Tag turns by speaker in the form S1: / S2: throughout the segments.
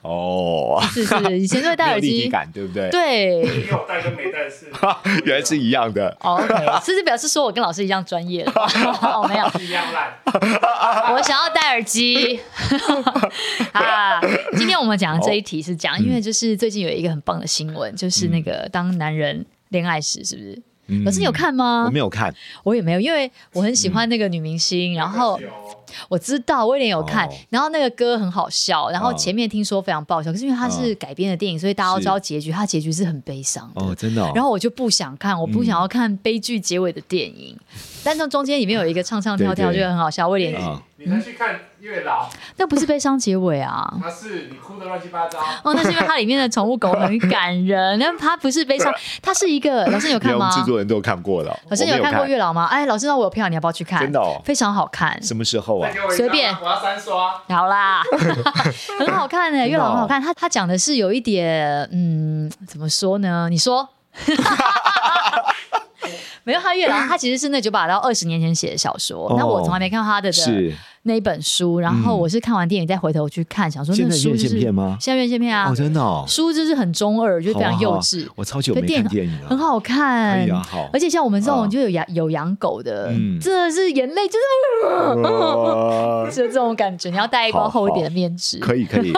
S1: 哦，
S2: 是是，以前都会戴
S1: 没有
S2: 耳
S1: 立
S2: 机
S1: 体，感，对不对？
S2: 对。
S3: 有带跟没带是
S1: 原来是一样的。
S2: 哦 OK，是不是 表示说我跟老师一样专 业了吧？哦，没有，
S3: 一样烂。
S2: 我想要戴耳机 啊！今天我们讲的这一题是
S1: 嗯
S2: 讲，因为就是最近有一个很棒的新闻，就是那个当男人恋爱时，是不是？
S1: 嗯
S2: 老师你有？看吗？
S1: 我没有看。
S2: 我也没有，因为我很喜欢那个女明
S3: 嗯
S2: 星，然后
S3: 哦
S2: 我知道威廉有看，
S1: 哦
S2: 然后那个歌很好笑，然后
S1: 哦
S2: 前面听说非常爆笑，可是因为它是改编的电影，所以大家都知道结局，它结局是很悲伤的。
S1: 哦，真的哦。
S2: 然后我就不想看，我
S1: 嗯
S2: 不想要看悲剧结尾的电影，但那中间里面有一个唱唱跳跳，
S1: 对对
S2: 觉得很好笑。威廉，
S1: 啊，
S3: 你再去看月老，
S2: 那不是悲伤结尾啊，
S3: 他是你哭的乱七八糟。
S2: 哦，那是因为它里面的宠物狗很感人， 那它不是悲伤，它是一个老师你有看
S1: 连我
S2: 吗
S1: 们？制作人 都有看过了。
S2: 老师你
S1: 我
S2: 有
S1: 没
S2: 看过月老吗？哎，老师那我有票，你要不要去看？
S1: 真的哦
S2: 非常好看。
S1: 什么时候啊
S3: 再？给我一张
S2: 随便
S3: 我要三刷。
S2: 好 啦，很好看呢、月老
S1: 哦
S2: 很好看。他他讲的是有一点，嗯，怎么说呢？你 说，没有他月老，他其实是那九把刀二十年前写的小说，
S1: 哦
S2: 那我从来没看过他的的
S1: 是
S2: 那一本书。然后
S1: 嗯
S2: 我是看完电影再回头去看，想说
S1: 现
S2: 那
S1: 在
S2: 书
S1: 院
S2: 就
S1: 线
S2: 是
S1: 片吗？
S2: 现在院线片啊
S1: 哦，，真的哦。
S2: 书就是很中二，就是非常幼稚
S1: 好啊。好啊我超久没看电影了，
S2: 很好看
S1: 可以啊好，
S2: 而且像我们这
S1: 啊
S2: 种就有养有养狗的，
S1: 嗯
S2: 真的是眼泪就是
S1: 哦。
S2: 就这种感觉，你要戴一
S1: 好
S2: 包厚一
S1: 好
S2: 点的面纸，
S1: 可以可以，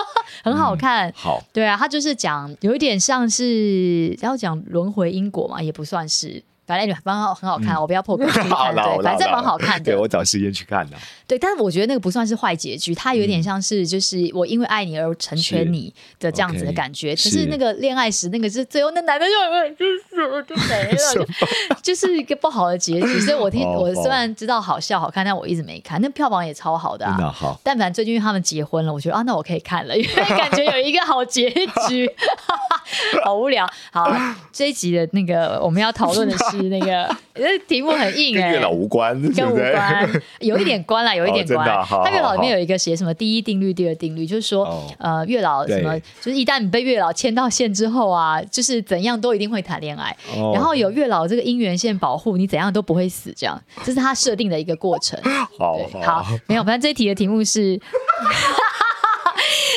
S2: 很好看。
S1: 好，
S2: 对啊，他就是讲有一点像是要讲轮回因果嘛，也不算是。反正蛮好， 很好看，我不要破梗去
S1: 嗯 好
S2: 看，
S1: 了，好
S2: 对，
S1: 了
S2: 反正
S1: 好了
S2: 蛮好看
S1: 对
S2: 的，
S1: 我找时间去看啊的。
S2: 对。但是我觉得那个不算是坏结局，它
S1: 嗯
S2: 有点像是就是我因为爱你而成全你的这样子的
S1: OK，
S2: 感觉。可
S1: 是
S2: 是那个恋爱时，那个是最后那男的就就是我就没 了，就就是一个不好的结局。所以我听
S1: 哦
S2: 我
S1: 哦
S2: 虽然知道好笑好看，但我一直没看。那票房也超好的啊
S1: 真，的好，
S2: 但凡最近因为他们结婚了，我觉得啊，那我可以看 了，因为感觉有一个好结局，好无聊。好，这一集的那个我们要讨论的是那 个，这题目很硬
S1: 跟
S2: 哎、
S1: 月老无关，对
S2: 跟
S1: 不
S2: 无
S1: 对？
S2: 关，有一点关啦，有一点
S1: 真的
S2: 关。
S1: 啊好
S2: 他月
S1: 好
S2: 老里面
S1: 好
S2: 有一个写什么第一定律、第二定律，就是说，
S1: 哦
S2: 呃，月老什么
S1: 对，
S2: 就是一旦你被月老牵到线之后啊，就是怎样都一定会谈恋爱。
S1: 哦
S2: 然后有月老这个姻缘线保护，你怎样都不会死，这样，这是他设定的一个过 程。
S1: 好
S2: 对，好，没有，反正这一题的题目是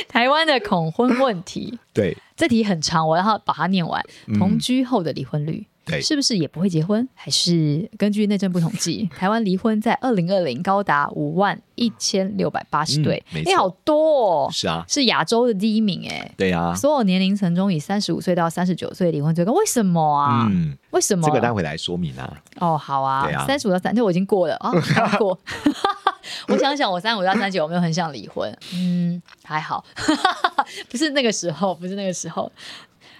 S2: 台湾的恐婚问题。
S1: 对，
S2: 这题很长，我要把它念完。同居后的离婚率，
S1: 嗯对
S2: 是不是也不会结婚？还是根据内政部统计，台湾离婚在二零二零高达五万一千六百八十对，
S1: 嗯没
S2: 哎、
S1: 错
S2: 好多、哦，
S1: 是啊，
S2: 是亚洲的第一名哎、
S1: 对啊呀，
S2: 所有年龄层中，以三十五岁到三十九岁的离婚最高，为什么啊？
S1: 嗯，
S2: 为什么？
S1: 这个待会来说明啊。
S2: 哦，好啊
S1: 对，啊
S2: 三十五到三，对我已经过了啊， 刚过。 我想想，我三十五到三十九，有没有很想离婚？嗯，还好， 不是那个时候，不是那个时候。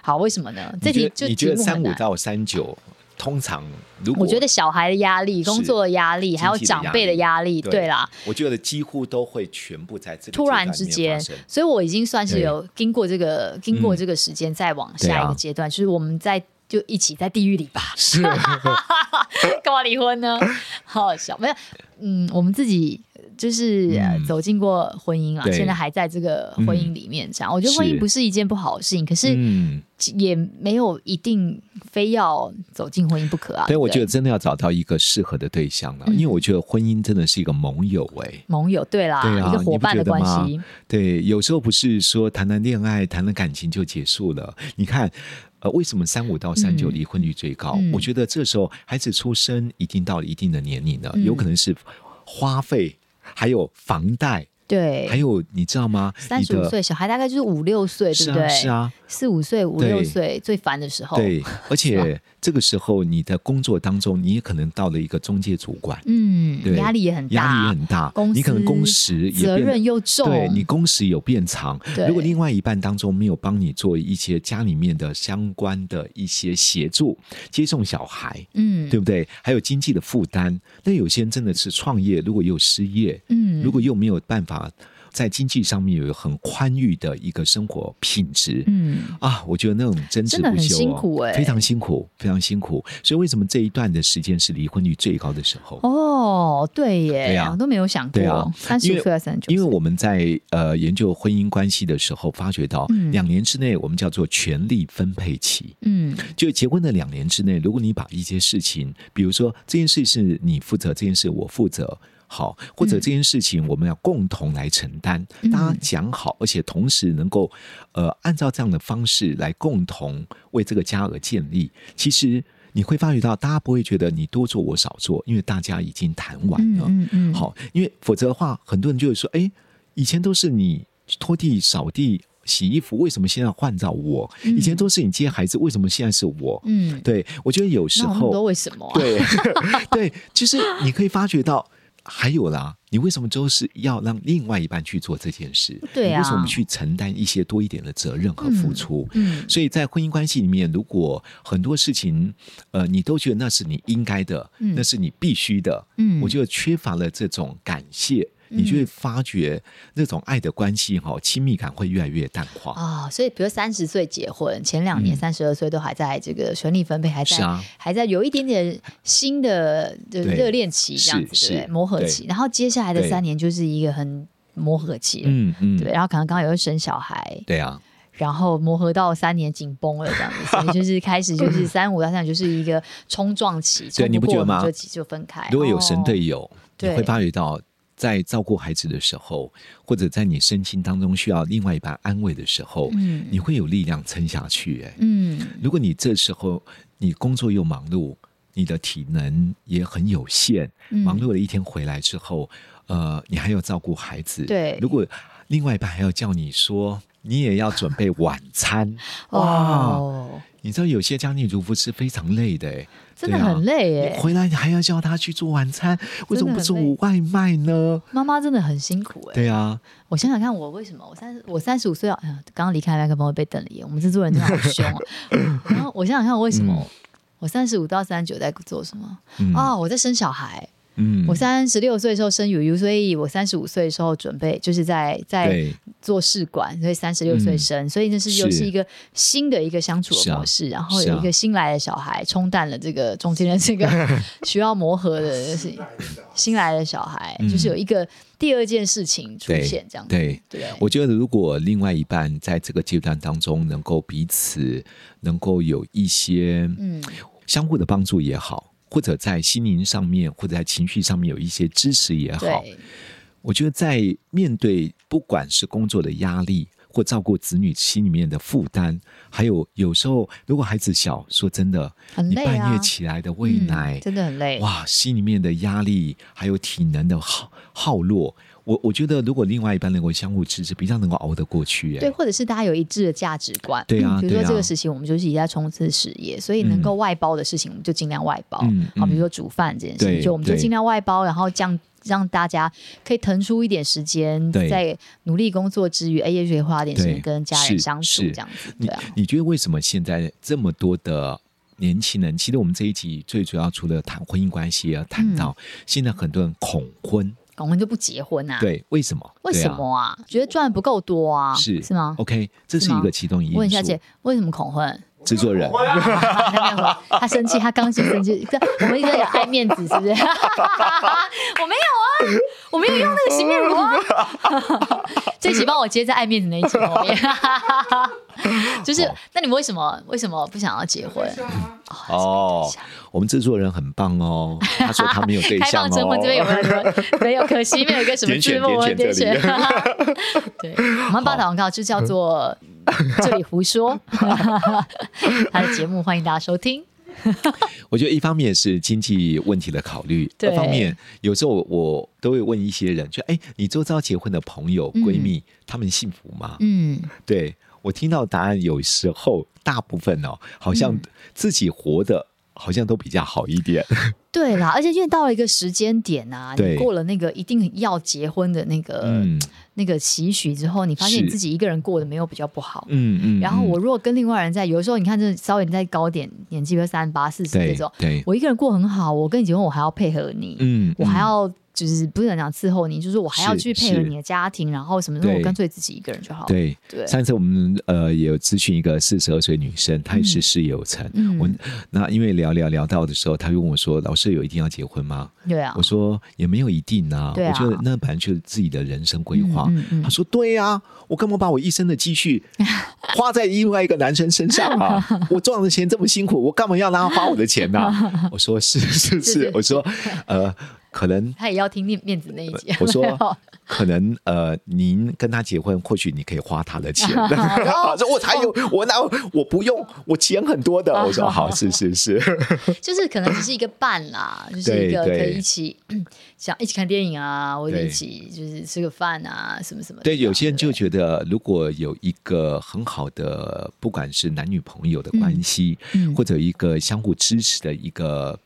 S2: 好，为什么呢？这题就
S1: 你觉得
S2: 题目很
S1: 三五
S2: 难
S1: 到三九，通常如果
S2: 我觉得小孩的压力、
S1: 是
S2: 工作的压力，
S1: 经济
S2: 还
S1: 的
S2: 有长辈的压力，
S1: 对
S2: 对啦，
S1: 我觉得几乎都会全部在这个
S2: 突然之
S1: 阶
S2: 间
S1: 段里面发生，
S2: 所以我已经算是
S1: 对嗯
S2: 有经过这个经过这个时间，再往下一
S1: 对
S2: 个
S1: 啊
S2: 阶段，就是我们在就一起在地狱里吧。 是，干嘛离婚呢？好好笑，没有，嗯，我们自己就是、呃
S1: 嗯
S2: 走进过婚姻啊，
S1: 对
S2: 现在还在这个婚姻里面，这样、我觉得
S1: 是
S2: 婚姻不是一件不好的事情，可是
S1: 嗯，
S2: 也没有一定非要走进婚姻不可啊。嗯
S1: 对，
S2: 不
S1: 我觉得真的要找到一个适合的对象了，因为我觉得婚姻真的是一个盟友哎、
S2: 盟友，对啦，
S1: 对啊
S2: 一个伙伴的关
S1: 你
S2: 系，
S1: 对，有时候不是说谈谈恋爱、谈谈感情就结束了。你看，呃，为什么三五到三九
S2: 嗯
S1: 离婚率最高？
S2: 嗯
S1: 我觉得这时候孩子出生已经到了一定的年龄了，
S2: 嗯
S1: 有可能是花费，还有房贷，
S2: 对，
S1: 还有你知道吗？
S2: 三十
S1: 你
S2: 五
S1: 的
S2: 岁小孩大概就是五六岁，对
S1: 是
S2: 不
S1: 啊
S2: 对？
S1: 是啊，
S2: 四五岁、五六
S1: 对
S2: 岁最烦的时候。
S1: 对，而
S2: 是
S1: 且这个时候你的工作当中，你也可能到了一个中介主管，
S2: 嗯，
S1: 对
S2: 压力也很大，
S1: 压力也很大
S2: 公，司
S1: 你可能工时也
S2: 责
S1: 变
S2: 任又重。
S1: 对你工时有变长
S2: 对，
S1: 如果另外一半当中没有帮你做一些家里面的相关的一些协助，接送小孩，
S2: 嗯，
S1: 对不对？还有经济的负担，那有些人真的是创业，如果又失业，
S2: 嗯，
S1: 如果又没有办法在经济上面有很宽裕的一个生活品质。
S2: 嗯，
S1: 啊，我觉得那种争执
S2: 真的
S1: 不
S2: 很
S1: 休、哦，
S2: 辛苦欸
S1: 非常辛苦，非常辛苦。所以为什么这一段的时间是离婚率最高的时候？
S2: 哦，对耶，
S1: 对啊
S2: 我都没有想
S1: 对啊
S2: 过，三十
S1: 因
S2: 五
S1: 为
S2: 岁还是三十九？
S1: 因为我们在呃研究婚姻关系的时候，发觉到
S2: 嗯
S1: 两年之内，我们叫做权力分配期。
S2: 嗯
S1: 就结婚的两年之内，如果你把一些事情，比如说这件事是你负责，这件事我负责。好，或者
S2: 嗯
S1: 这件事情我们要共同来承担，
S2: 嗯
S1: 大家讲好，而且同时能够，呃，按照这样的方式来共同为这个家而建立。其实你会发觉到，大家不会觉得你多做我少做，因为大家已经谈完
S2: 嗯
S1: 了。
S2: 嗯嗯，，
S1: 啊好，因为否则的话，很多人就会说，哎，以前都是你拖地、扫地、洗衣服，为什么现在换到我？以
S2: 嗯
S1: 前都是你接孩子，为什么现在是我？
S2: 嗯，
S1: 对我觉得有时
S2: 那我那么多
S1: 候，
S2: 为什么、啊？
S1: 对 对，就是你可以发觉到。还有啦，你为什么都是要让另外一半去做这件事？
S2: 对
S1: 你为什么
S2: 啊
S1: 不去承担一些多一点的责任和付出？
S2: 嗯
S1: 所以在婚姻关系里面，如果很多事情，呃，你都觉得那是你应该的，
S2: 嗯
S1: 那是你必须的，
S2: 嗯，
S1: 我觉得缺乏了这种感谢，你就会发觉那种爱的关系哈，亲密感会越来越淡化。
S2: 啊、所以比如三十岁结婚，前两年
S1: 嗯
S2: 三十二岁都还在这个权力分配，还在、
S1: 是啊
S2: 还在有一点点新的的
S1: 对
S2: 热恋期这样子，
S1: 是
S2: 对不对
S1: 是
S2: 磨合期。然后接下来的
S1: 对
S2: 三年就是一个很磨合期了，
S1: 嗯嗯，
S2: 啊对。然后可能刚好也会生小孩，
S1: 对啊，
S2: 然后磨合到三年紧绷了这样子，所以就是开始就是 三五到三就是一个冲撞期，
S1: 对
S2: 冲
S1: 你不
S2: 过
S1: 觉得吗
S2: 就就分开。
S1: 如果有神
S2: 哦，
S1: 队友，你
S2: 对
S1: 会发觉到。在照顾孩子的时候，或者在你身心当中需要另外一半安慰的时候，
S2: 嗯
S1: 你会有力量撑下去、哎，
S2: 嗯
S1: 如果你这时候你工作又忙碌，你的体能也很有限，
S2: 嗯
S1: 忙碌了一天回来之后，呃，你还要照顾孩子，
S2: 对
S1: 如果另外一半还要叫你说，你也要准备晚餐， 哇，
S2: 哦，
S1: 你知道有些家庭主妇是非常累的、欸，
S2: 真的
S1: 对啊
S2: 很累耶、
S1: 你回来你还要叫他去做晚餐，为什么不
S2: 真
S1: 做
S2: 的很累
S1: 外卖呢？
S2: 妈妈真的很辛苦哎、
S1: 对啊，
S2: 我想想看，我为什么我三十我三十五岁要，哎呀刚刚离开麦克风会被瞪了一眼。我们制作人真的好凶 啊！然后我想想看，我为什么、我三十五到三十九在做什么？
S1: 嗯
S2: 啊，我在生小孩。
S1: 嗯
S2: 我三十六岁的时候生悠悠，所以我三十五岁的时候准备就是在在
S1: 对嗯
S2: 做试管，所以三十六岁生，所以那是又
S1: 是
S2: 是一个新的一个相处的模式，然后
S1: 是啊
S2: 有一个新来的小孩冲淡了这个中间的这 个需要磨合的事情。新来的小孩，
S1: 嗯
S2: 就是有一个第二件事情出
S1: 对
S2: 现，这样子。
S1: 对，
S2: 对，
S1: 我觉得，如果另外一半在这个阶段当中能够彼此能够有一些
S2: 嗯
S1: 相互的帮助也好，或者在心灵上面或者在情绪上面有一些支持也好，
S2: 对，
S1: 我觉得在面对不管是工作的压力。或照顾子女心里面的负担，还有有时候如果孩子小，说真的，
S2: 很
S1: 你
S2: 累啊
S1: 半夜起来的喂奶
S2: 嗯，真的很累。
S1: 哇，心里面的压力，还有体能的耗耗落，我我觉得如果另外一半能够相互支持，比较能够熬得过去、欸。
S2: 对，或者是大家有一致的价值观，
S1: 对啊
S2: 嗯比如说
S1: 对啊
S2: 这个时期我们就是一直在冲刺事业，所以能够外包的事情我们就尽量外包，
S1: 嗯嗯
S2: 好，比如说煮饭这件事情，
S1: 对
S2: 就我们就
S1: 对
S2: 尽量外包，然后这样让大家可以腾出一点时间，
S1: 对
S2: 在努力工作之余，哎，也许也花点时间
S1: 对
S2: 跟家人
S1: 是
S2: 相处，
S1: 是
S2: 这样子，
S1: 你
S2: 对啊，
S1: 你觉得为什么现在这么多的年轻人？其实我们这一集最主要除了谈婚姻关系，也要谈到现在很多人恐婚，
S2: 恐婚就不结婚嗯啊？，
S1: 对，为什么？
S2: 为什么啊？觉得赚不够多啊？
S1: 对啊？是
S2: 是吗？
S1: ？OK，这是
S2: 是吗
S1: 一个其中一因素。
S2: 问一下姐，为什么恐婚？
S1: 制作人
S3: 我要
S2: 他没有回他生气，他刚生气。这我们一直在讲爱面子，是不是？我没有啊，我没有用那个洗面乳啊。 这集帮我接在爱面子那一集后面。 就是
S1: 好，
S2: 那你们为什么为什么不想要结婚？
S1: 哦，我们制作人很棒 哦，他说他没有对
S2: 开
S1: 象
S2: 放征婚这边有
S1: 哦。
S2: 没有人？ 没有，可惜没有一个什么
S1: 点选
S2: 字幕我
S1: 点选
S2: 点选 对，我们报道广告就叫做“这里胡说”， 他的节目欢迎大家收听。
S1: 我觉得一方面是经济问题的考虑，
S2: 对
S1: 二方面有时候我都会问一些人，就哎，你周遭结婚的朋友、
S2: 嗯
S1: 闺蜜，他们幸福吗？
S2: 嗯，
S1: 对我听到答案，有时候大部分哦，好像
S2: 嗯
S1: 自己活的。好像都比较好一点，
S2: 对啦，而且因为到了一个时间点啊，你
S1: 对
S2: 过了那个一定要结婚的那个、
S1: 嗯
S2: 那个期许之后，你发现你
S1: 是
S2: 自己一个人过得没有比较不好。
S1: 嗯嗯。
S2: 然后
S1: 嗯
S2: 我如果跟另外人在，有的时候你看，这稍微你再高点年纪，比如三八、四十这
S1: 对
S2: 种，
S1: 对，
S2: 我一个人过很好，我跟你结婚，我还要配合你，
S1: 嗯，
S2: 我还
S1: 嗯
S2: 要就是不是很想伺候你，就是我还要
S1: 是
S2: 去配合
S1: 是
S2: 你的家庭，然后什么时候我
S1: 对
S2: 干脆自己一个人就好了。
S1: 对，
S2: 对，
S1: 上次我们呃也有咨询一个四十二岁女生，她也是事业有成。
S2: 嗯
S1: 我那因为聊聊聊到的时候，她就问我说：“老师有一定要结婚吗
S2: 对啊？”
S1: 我，说：“也没有一定啊，
S2: 对啊
S1: 我觉得那本来就是自己的人生规
S2: 嗯
S1: 划。
S2: 嗯嗯
S1: 她说：“对啊，我干嘛把我一生的积蓄花在另外一个男生身上啊？ 我赚的钱这么辛苦，我干嘛要让他花我的钱呢、 我说：“是是
S2: 是是
S1: 是。”我说：“呃，可能呃
S2: 他也要听面面子那一集。
S1: 我说啊
S2: 没有
S1: 可能呃，您跟他结婚，或许你可以花他的 钱。
S2: 哦
S1: 我说我才有，我哪有我不用，我钱很多的。我说好，是是是，
S2: 就是可能只是一个伴 啦，就是一个
S1: 对
S2: 可
S1: 对
S2: 以一起想一起看电影啊，或者
S1: 对
S2: 一起就是吃个饭啊，什么什么的这
S1: 对，
S2: 样。
S1: 有些人就觉得，如果有一个很好的，不管是男女朋友的关系，
S2: 嗯嗯
S1: 或者一个相互支持的一个。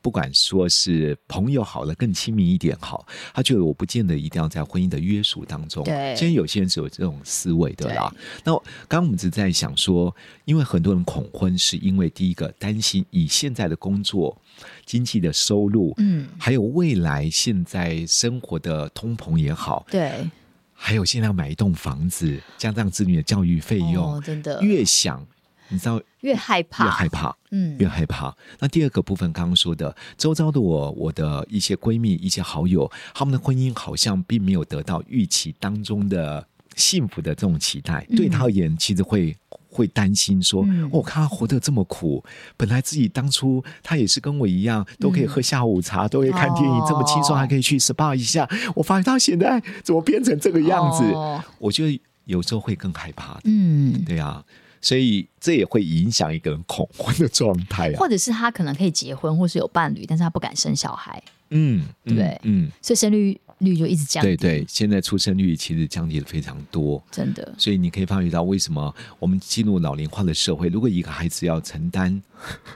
S1: 不管说是朋友好了，更亲密一点好，他觉得我不见得一定要在婚姻的约束当中。
S2: 对
S1: 其实有些人是有这种思维的啦。那刚刚我们只在想说，因为很多人恐婚，是因为第一个担心以现在的工作、经济的收入，
S2: 嗯
S1: 还有未来现在生活的通膨也好，
S2: 对，
S1: 还有现在要买一栋房子，加上子女的教育费用，
S2: 哦真的
S1: 越想你知道
S2: 越害怕，
S1: 越害怕，
S2: 嗯
S1: 越害怕。那第二个部分，刚刚说的，周遭的我，我的一些闺蜜、一些好友，他们的婚姻好像并没有得到预期当中的幸福的这种期待，
S2: 嗯
S1: 对他而言，其实会。会担心说
S2: 嗯：“
S1: 我、看他活得这么苦，本来自己当初他也是跟我一样，都可以喝下午茶，都可以看电影，这么轻松，
S2: 哦
S1: 还可以去 SPA 一下。我发现他现在怎么变成这个样子？
S2: 哦
S1: 我觉得有时候会更害怕的。
S2: 嗯，
S1: 对啊，所以这也会影响一个人恐婚的状态啊
S2: 或。者是他可能可以结婚，或是有伴侣，但是他不敢生小孩，
S1: 嗯，嗯
S2: 对
S1: 嗯，
S2: 所以生育率就一直降低。
S1: 对对，现在出生率其实降低的非常多。
S2: 真的，
S1: 所以你可以发觉到，为什么我们进入老龄化的社会，如果一个孩子要承担，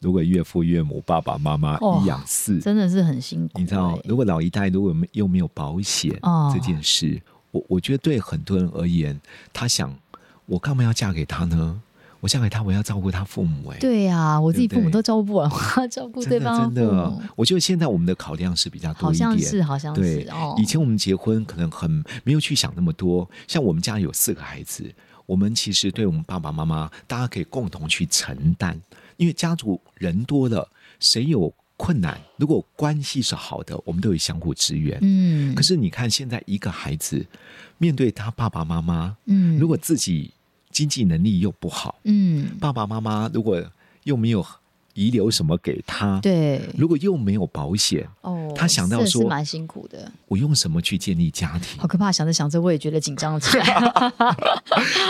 S1: 如果岳父岳母、爸爸妈妈
S2: 哦
S1: 一养四，
S2: 真的是很辛苦、
S1: 你知道
S2: 欸，
S1: 如果老一代如果没又没有保险
S2: 哦
S1: 这件事，我我觉得对很多人而言，他想我干嘛要嫁给他呢？我嫁给他，我要照顾他父母、欸，
S2: 对呀、我自己
S1: 对
S2: 父
S1: 不
S2: 母
S1: 对
S2: 都照顾不完，我还要照顾对
S1: 真的
S2: 方
S1: 真
S2: 的父
S1: 的
S2: 母，，
S1: 我觉得现在我们的考量是比较多
S2: 好
S1: 一点，
S2: 像是，好像
S1: 对
S2: 是哦。
S1: 以前我们结婚可能很没有去想那么多，像我们家有四个孩子，我们其实对我们爸爸妈妈，大家可以共同去承担，因为家族人多了，谁有困难，如果关系是好的，我们都有相互支援。
S2: 嗯，
S1: 可是你看，现在一个孩子面对他爸爸妈妈，
S2: 嗯，
S1: 如果自己经济能力又不好，
S2: 嗯，
S1: 爸爸妈妈如果又没有遗留什么给他，
S2: 对，
S1: 如果又没有保险，
S2: 哦，
S1: 他想到
S2: 真的
S1: 说
S2: 是蛮辛苦的，
S1: 我用什么去建立家庭
S2: 好？可怕。想着想着，我也觉得紧张了起 来。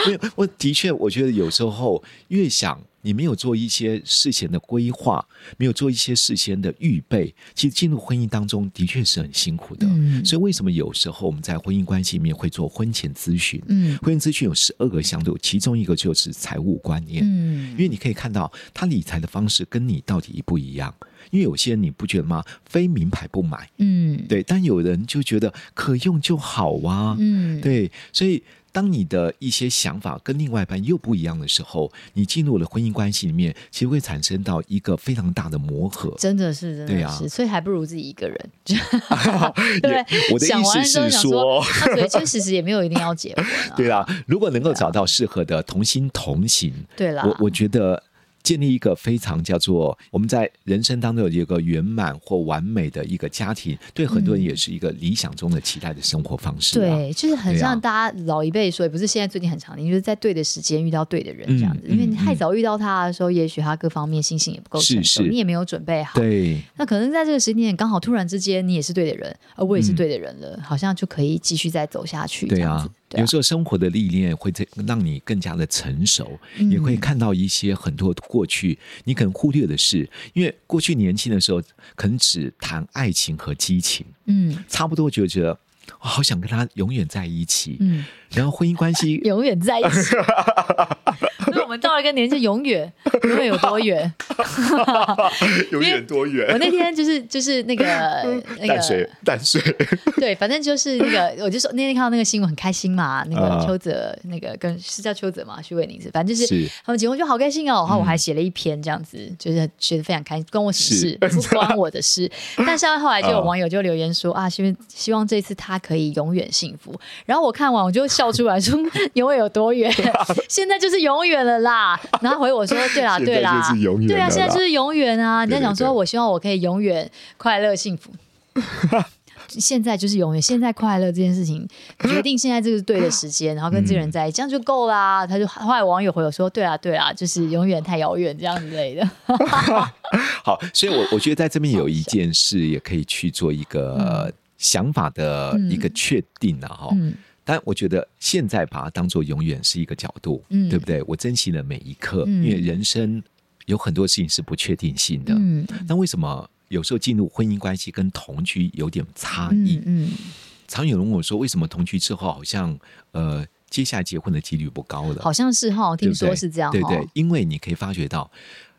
S1: 没有，我的确，我觉得有时候越想，你没有做一些事前的规划，没有做一些事先的预备，其实进入婚姻当中的确是很辛苦的。
S2: 嗯
S1: 所以为什么有时候我们在婚姻关系里面会做婚前咨询？
S2: 嗯
S1: 婚姻咨询有十二个向度，其中一个就是财务观念。因
S2: 嗯，
S1: 为你可以看到他理财的方式跟你到底一不一样，因为有些人你不觉得吗？非名牌不买，
S2: 嗯，
S1: 对，但有人就觉得可用就好啊，
S2: 嗯，
S1: 对，所以当你的一些想法跟另外一半又不一样的时候，你进入了婚姻关系里面，其实会产生到一个非常大的磨合。
S2: 真的是，真
S1: 对
S2: 的
S1: 啊
S2: 是，所以还不如自己一个人。对
S1: 也，我的
S2: 想
S1: 意
S2: 完了
S1: 思
S2: 之后想
S1: 是
S2: 说，那所以确实实也没有一定要结婚啊。
S1: 对啦，如果能够找到适合的同心同行，
S2: 对啦，
S1: 我我觉得建立一个非常叫做我们在人生当中有一个圆满或完美的一个家庭，对很
S2: 嗯
S1: 多人也是一个理想中的期待的生活方式、啊。
S2: 对，就是很
S1: 对啊
S2: 像大家老一辈说，也不是现在最近很常听，就是在对的时间遇到对的人
S1: 嗯
S2: 这样子。因为你
S1: 嗯
S2: 太
S1: 嗯
S2: 早遇到他的时候，也许他各方面心性也不够
S1: 是
S2: 成熟，
S1: 是
S2: 你也没有准备好。
S1: 对
S2: 那可能在这个时间点，刚好突然之间你也是对的人，而我也是对的人了，好像就可以继续再走下去。
S1: 嗯对
S2: 这样
S1: 啊
S2: 子，对
S1: 有时候生活的历练会这让你更加的成熟，
S2: 嗯
S1: 也会看到一些很多过去你可能忽略的事，因为过去年轻的时候可能只谈爱情和激情，
S2: 嗯
S1: 差不多就觉得。哦好想跟他永远在一起，
S2: 嗯，
S1: 然后婚姻关系
S2: 永远在一起。所以我们到了一个年纪，永远永远有多远？
S1: 有远多
S2: 我
S1: 远？
S2: 那天就是就是那个那
S1: 嗯淡水
S2: 个，
S1: 淡水，
S2: 对，反正就是那个，我就说那天看到那个新闻很开心嘛，那
S1: 啊
S2: 个邱泽那个跟是叫邱泽嘛，徐伟宁是，反正就是
S1: 是嗯
S2: 他们结婚就好开心哦。然后我还写了一篇这样子，就是觉得非常开心，关我什么事？ 不关我的事。但是后来就
S1: 嗯
S2: 有网友就留言说啊，希望希望这次他可以永远幸福。然后我看完我就笑出来说， 永远有多 远？现在就是永远了啦。然后回我说，对啦
S1: 现在
S2: 对啦，
S1: 就是永远
S2: 对啊，
S1: 了
S2: 现在
S1: 啦
S2: 就是永远啊。你在
S1: 对对
S2: 想说，
S1: 对
S2: 我希望我可以永远快乐幸 福。现在就是永远，现在快乐这件事 情，决定现在这个是对的时间，然后跟这个人在一起，这样就够啦。他就后来网友回我说：“对啊，对啊，就是永远太遥远这样之类的。
S1: 好，所以我我觉得在这边有一件事也可以去做一个想法的一个确定啊，哈、”
S2: 嗯
S1: 但我觉得现在把它当做永远是一个角度，
S2: 嗯
S1: 对不对？我珍惜了每一刻，
S2: 嗯
S1: 因为人生有很多事情是不确定性的。
S2: 嗯
S1: 那为什么有时候进入婚姻关系跟同居有点差异？
S2: 嗯嗯，
S1: 常有人问我说，为什么同居之后好像呃接下来结婚的几率不高了？
S2: 好像是哈，
S1: 对
S2: 听
S1: 不对
S2: 说是这样哈。
S1: 对对，因为你可以发觉到。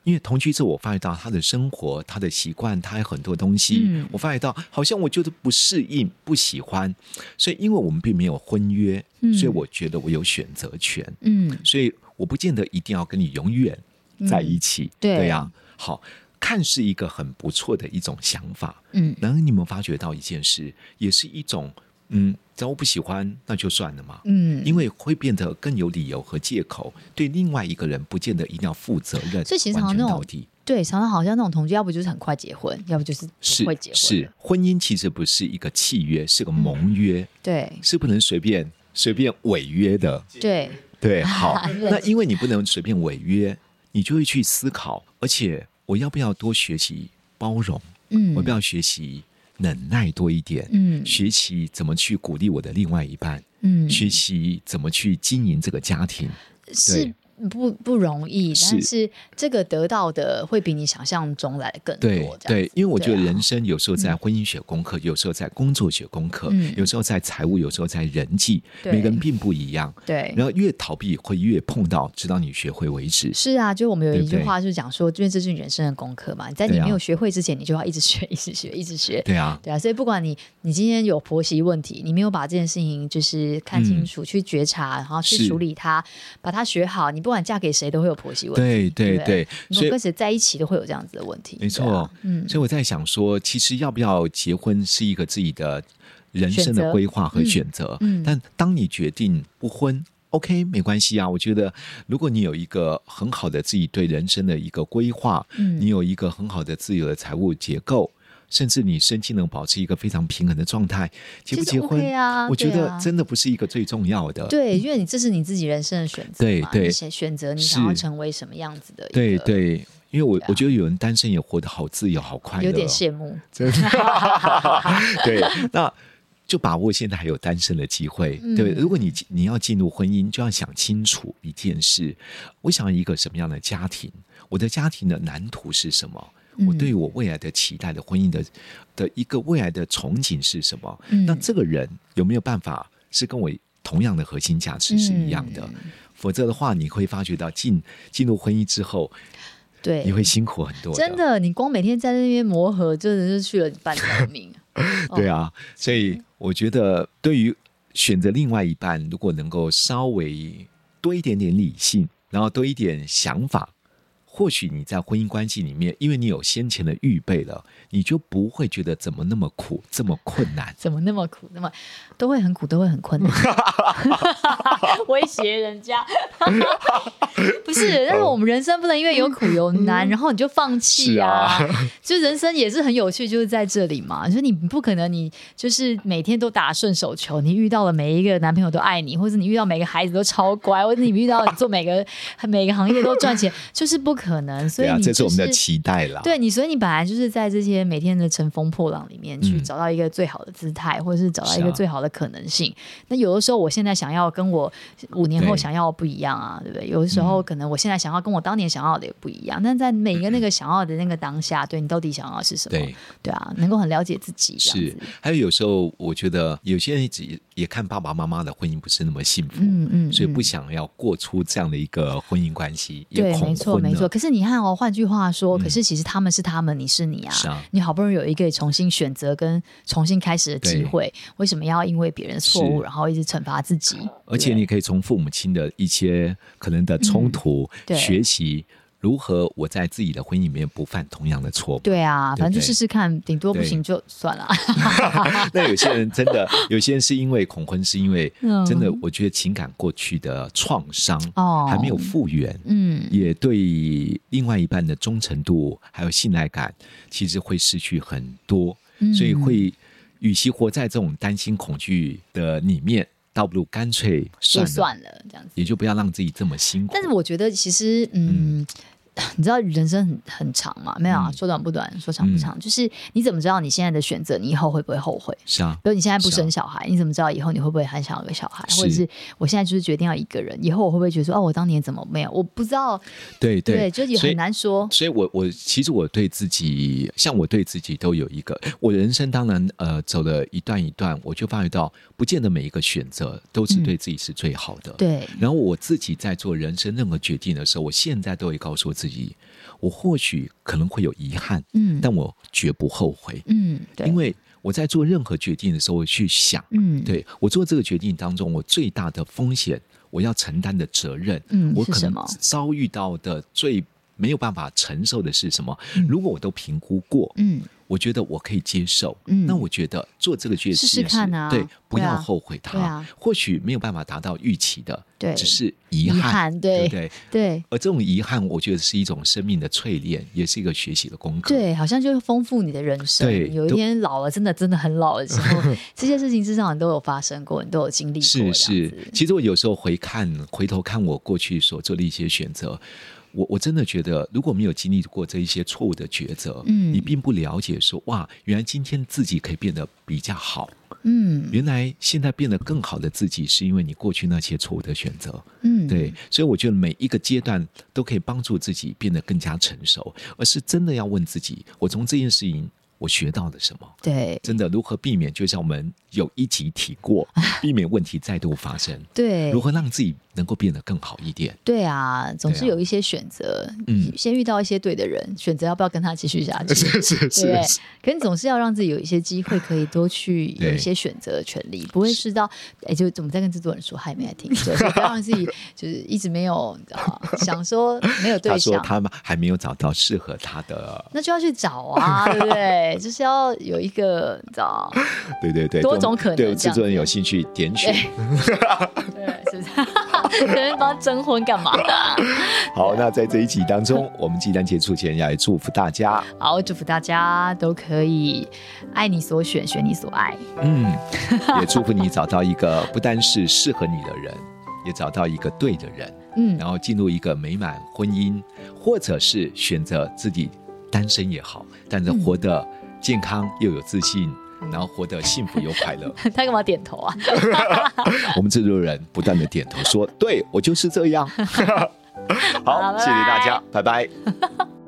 S1: 因为同居之后，我发觉到他的生活、他的习惯，他有很多东西，
S2: 嗯
S1: 我发觉到好像我觉得不适应、不喜欢，所以因为我们并没有婚约，
S2: 嗯
S1: 所以我觉得我有选择权，
S2: 嗯
S1: 所以我不见得一定要跟你永远在一起，
S2: 嗯对
S1: 呀、好看是一个很不错的一种想法，
S2: 嗯
S1: 然后你们发觉到一件事，也是一种，嗯，只要我不喜欢，那就算了嘛。
S2: 嗯，
S1: 因为会变得更有理由和借口，对另外一个人不见得一定要负责任，
S2: 所以其实
S1: 完
S2: 好像
S1: 全
S2: 那种
S1: 到底
S2: 对，常常好像那种同居，要不就是很快结婚，要不就是
S1: 是
S2: 不会结婚。嗯
S1: 是，婚姻其实不是一个契约，是个盟约，
S2: 对
S1: 是不能随便随便违约的。
S2: 对，，
S1: 对，好
S2: 对
S1: 那因为你不能随便违约，你就会去思考，而且我要不要多学习包容？
S2: 嗯，
S1: 我要不要学习忍耐多一点？
S2: 嗯
S1: 学习怎么去鼓励我的另外一半，
S2: 嗯
S1: 学习怎么去经营这个家庭。
S2: 是不不容易，
S1: 是
S2: 但是这个得到的会比你想象中来的更多。
S1: 对
S2: 这样
S1: 对
S2: 子，
S1: 因为我觉得
S2: 对啊
S1: 人生有时候在婚姻学功课，有时候在工作学功课，
S2: 嗯
S1: 有时候在财务，有时候在人际，
S2: 对
S1: 每个人并不一样。
S2: 对，
S1: 然后越逃避会越碰到，直到你学会为止。
S2: 是啊，就我们有
S1: 对
S2: 一
S1: 不
S2: 句
S1: 对
S2: 话就是讲说，因为这是你人生的功课嘛，你在你
S1: 对啊
S2: 没有学会之前，你就要一直学，一直学，一直学。
S1: 对啊，
S2: 对啊，所以不管你你今天有婆媳问题，你没有把这件事情就是看清楚、去觉察，然后
S1: 嗯是
S2: 去处理它，把它学好，你不管嫁给谁都会有婆媳问题。
S1: 对对
S2: 对
S1: 对，
S2: 你
S1: 所以
S2: 跟谁在一起都会有这样子的问题。
S1: 没错，
S2: 对啊嗯
S1: 所以我在想说，其实要不要结婚是一个自己的人生
S2: 选
S1: 的
S2: 择
S1: 规划和选择。
S2: 嗯嗯
S1: 但当你决定不婚，OK，没关系啊。我觉得，如果你有一个很好的自己对人生的一个规划，
S2: 嗯
S1: 你有一个很好的自由的财务结构。甚至你身心能保持一个非常平衡的状态，结不
S2: 其实
S1: 结婚
S2: OK 啊
S1: 我觉
S2: 对
S1: 得
S2: 啊
S1: 真的不是一个最重要的。
S2: 对，因为你这是你自己人生的选择
S1: 对
S2: 嘛，
S1: 对
S2: 你选选择你想
S1: 是
S2: 要成为什么样子的一
S1: 对
S2: 个，
S1: 对，因为我、
S2: 呃啊
S1: 我觉得有人单身也活得好自由、好快乐哦，
S2: 有点羡慕。
S1: 真的。 对，那就把握现在还有单身的机会，
S2: 嗯
S1: 对不对？如果你你要进入婚姻，就要想清楚一件事：我想要一个什么样的家庭？我的家庭的蓝图是什么？
S2: 嗯
S1: 我对于我未来的期待的婚姻的的一个未来的憧憬是什么？
S2: 嗯
S1: 那这个人有没有办法是跟我同样的核心价值是一样的？
S2: 嗯
S1: 否则的话，你会发觉到进进入婚姻之后，
S2: 对，
S1: 你会辛苦很多
S2: 真的，你光每天在那边磨合，真的是去了半条命。。
S1: 对啊，所以我觉得对于选择另外一半，如果能够稍微多一点点理性，然后多一点想法，或许你在婚姻关系里面，因为你有先前的预备了，你就不会觉得怎么那么苦，这么困难
S2: 怎么那么苦？那么都会很苦，都会很困难， 威胁人家。 不是，但是我们人生不能因为有苦有难，然后你就放弃啊。 就人生也是很有趣，就是在这里嘛。就是你不可能，你就是每天都打顺手球，你遇到了每一个男朋友都爱你，或者你遇到每个孩子都超乖，或者你遇到你做每个每个行业都赚钱，就是不 可能，所
S1: 对
S2: 以
S1: 啊，
S2: 你、
S1: 这
S2: 就是
S1: 我们的期待啦。
S2: 对你，所以你本来就是在这些每天的乘风破浪里面去
S1: 嗯
S2: 找到一个最好的姿态，或者是找到一
S1: 是
S2: 个
S1: 啊
S2: 最好的可能性。那有的时候，我现在想要跟我五年后
S1: 对嗯
S2: 想要不一样啊，对不对？有的时候，可能我现在想要跟我当年想要的也不一样。但在每个那个想要的那个当下，对你到底想要的是什么？
S1: 对
S2: 对啊，能够很了解自己，这样
S1: 是
S2: 子。，
S1: 还有有时候我觉得有些人只也看爸爸妈妈的婚姻不是那么幸福，
S2: 嗯嗯，
S1: 所以
S2: 嗯
S1: 不想要过出这样的一个婚姻关系，也
S2: 对，没
S1: 恐
S2: 错
S1: 婚
S2: 没错。
S1: 了。嗯
S2: 可是你看哦，换句话说，可是其实他们是他们，你是你啊。
S1: 是啊
S2: 你好不容易有一个重新选择跟重新开始的机
S1: 对
S2: 会，为什么要因为别人的错误
S1: 是
S2: 然后一直惩罚自己？
S1: 而且你可以从父母亲的一些可能的冲突、
S2: 嗯对
S1: 学习如何我在自己的婚姻里面不犯同样的错误。
S2: 对啊，
S1: 对
S2: 反正就
S1: 对
S2: 试试看，顶多不行就算了。
S1: 那有些人真 的，有些人是因为恐婚，是因为
S2: 嗯
S1: 真的，我觉得情感过去的创伤
S2: 哦
S1: 还没有复原，
S2: 嗯，
S1: 也对另外一半的忠诚度还有信赖感，其实会失去很多，
S2: 嗯
S1: 所以会，与其活在这种担心恐惧的里面，倒不如干脆算
S2: 就
S1: 了，
S2: 算了这样子。
S1: 也就不要让自己这么辛苦。
S2: 但是我觉得其实，嗯。 你知道人生很很长嘛？没有啊，
S1: 嗯
S2: 说短不短，说长不长。就是你怎么知道你现在的选择，你以后会不会后悔？
S1: 是啊，
S2: 比如你现在不
S1: 是啊
S2: 生小孩，你怎么知道以后你会不会很想要个小孩？
S1: 是
S2: 或者是我现在就是决定要一个人，以后我会不会觉得说，哦，我当年怎么没有？我不知道，
S1: 对
S2: 对，就也
S1: 所以
S2: 很难说。
S1: 所以我，我其实我对自己，像我对自己都有一个，我人生当然呃走了一段一段，我就发觉到，不见得每一个选择都是
S2: 嗯
S1: 对自己是最好的。。
S2: 对，
S1: 然后我自己在做人生任何决定的时候，我现在都会告诉我自己，我或许可能会有遗憾，
S2: 嗯
S1: 但我绝不后悔，
S2: 嗯，对，
S1: 因为我在做任何决定的时候，我去想，
S2: 嗯，
S1: 对我做这个决定当中，我最大的风险，我要承担的责任，
S2: 嗯
S1: 我
S2: 是
S1: 可
S2: 什
S1: 能
S2: 么
S1: 遭遇到的最没有办法承受的是什么？如果我都评估过，
S2: 嗯
S1: 我觉得我可以接受，
S2: 嗯
S1: 那我觉得做这个决定
S2: 试试看啊
S1: 对，不
S2: 对啊
S1: 要后悔它。
S2: 对啊
S1: 或许没有办法达到预期的，
S2: 对
S1: 只是遗憾，
S2: 遗憾
S1: 对
S2: 对
S1: 不对？
S2: 对
S1: 而这种遗憾，我觉得是一种生命的淬炼，也是一个学习的功课。
S2: 对，好像就是丰富你的人生。
S1: 对
S2: 有一
S1: 都
S2: 天老了，真的真的很老的时 候，这些事情至少你都有发生过，你都有经历过。
S1: 是
S2: 这样
S1: 是
S2: 子，
S1: 其实我有时候回看回头看我过去所做的一些选择，我我真的觉得，如果没有经历过这一些错误的抉择，
S2: 嗯
S1: 你并不了解说哇，原来今天自己可以变得比较好，
S2: 嗯
S1: 原来现在变得更好的自己，是因为你过去那些错误的选择。
S2: 嗯，
S1: 对，所以我觉得每一个阶段都可以帮助自己变得更加成熟，而是真的要问自己，我从这件事情我学到了什么。
S2: 对
S1: 真的如何避免？就像我们有一集提 过，避免问题再度发生，
S2: 对，
S1: 如何让自己能够变得更好一点？
S2: 对啊，总
S1: 对
S2: 是
S1: 啊
S2: 有一些选择，
S1: 嗯
S2: 先遇到一些对的人，选择要不要跟他继续 下去，对不对？可你总是要让自己有一些机会，可以多去有一
S1: 对
S2: 些选择的权利，不会是到哎，就怎么在跟制作人说，还没来听，就是不要让自己就是一直没有，你知道吗想说没有对
S1: 他说
S2: 象。
S1: 他还没有找到适合他 的，
S2: 那就要去找 啊，对不对？就是要有一个，你知道，
S1: 对对对，
S2: 多
S1: 对
S2: 种可能
S1: 对
S2: 这
S1: 制
S2: 样
S1: 作人有兴趣点选。
S2: 对，是不是？有人帮他征婚干嘛？
S1: 好，那在这一集当中，我们鸡蛋结束前要来祝福大家，
S2: 好，祝福大家都可以爱你所选，选你所爱。
S1: 嗯，也祝福你找到一个不单是适合你的人，也找到一个对的人，
S2: 嗯，
S1: 然后进入一个美满婚姻，或者是选择自己单身也好，但是
S2: 嗯
S1: 活得健康又有自信，然后活得幸福又快乐。
S2: 他干嘛点头啊？
S1: 我们制作人不断的点头说：“对我就是这样。”好，
S2: 好拜拜
S1: 谢谢大家，拜拜。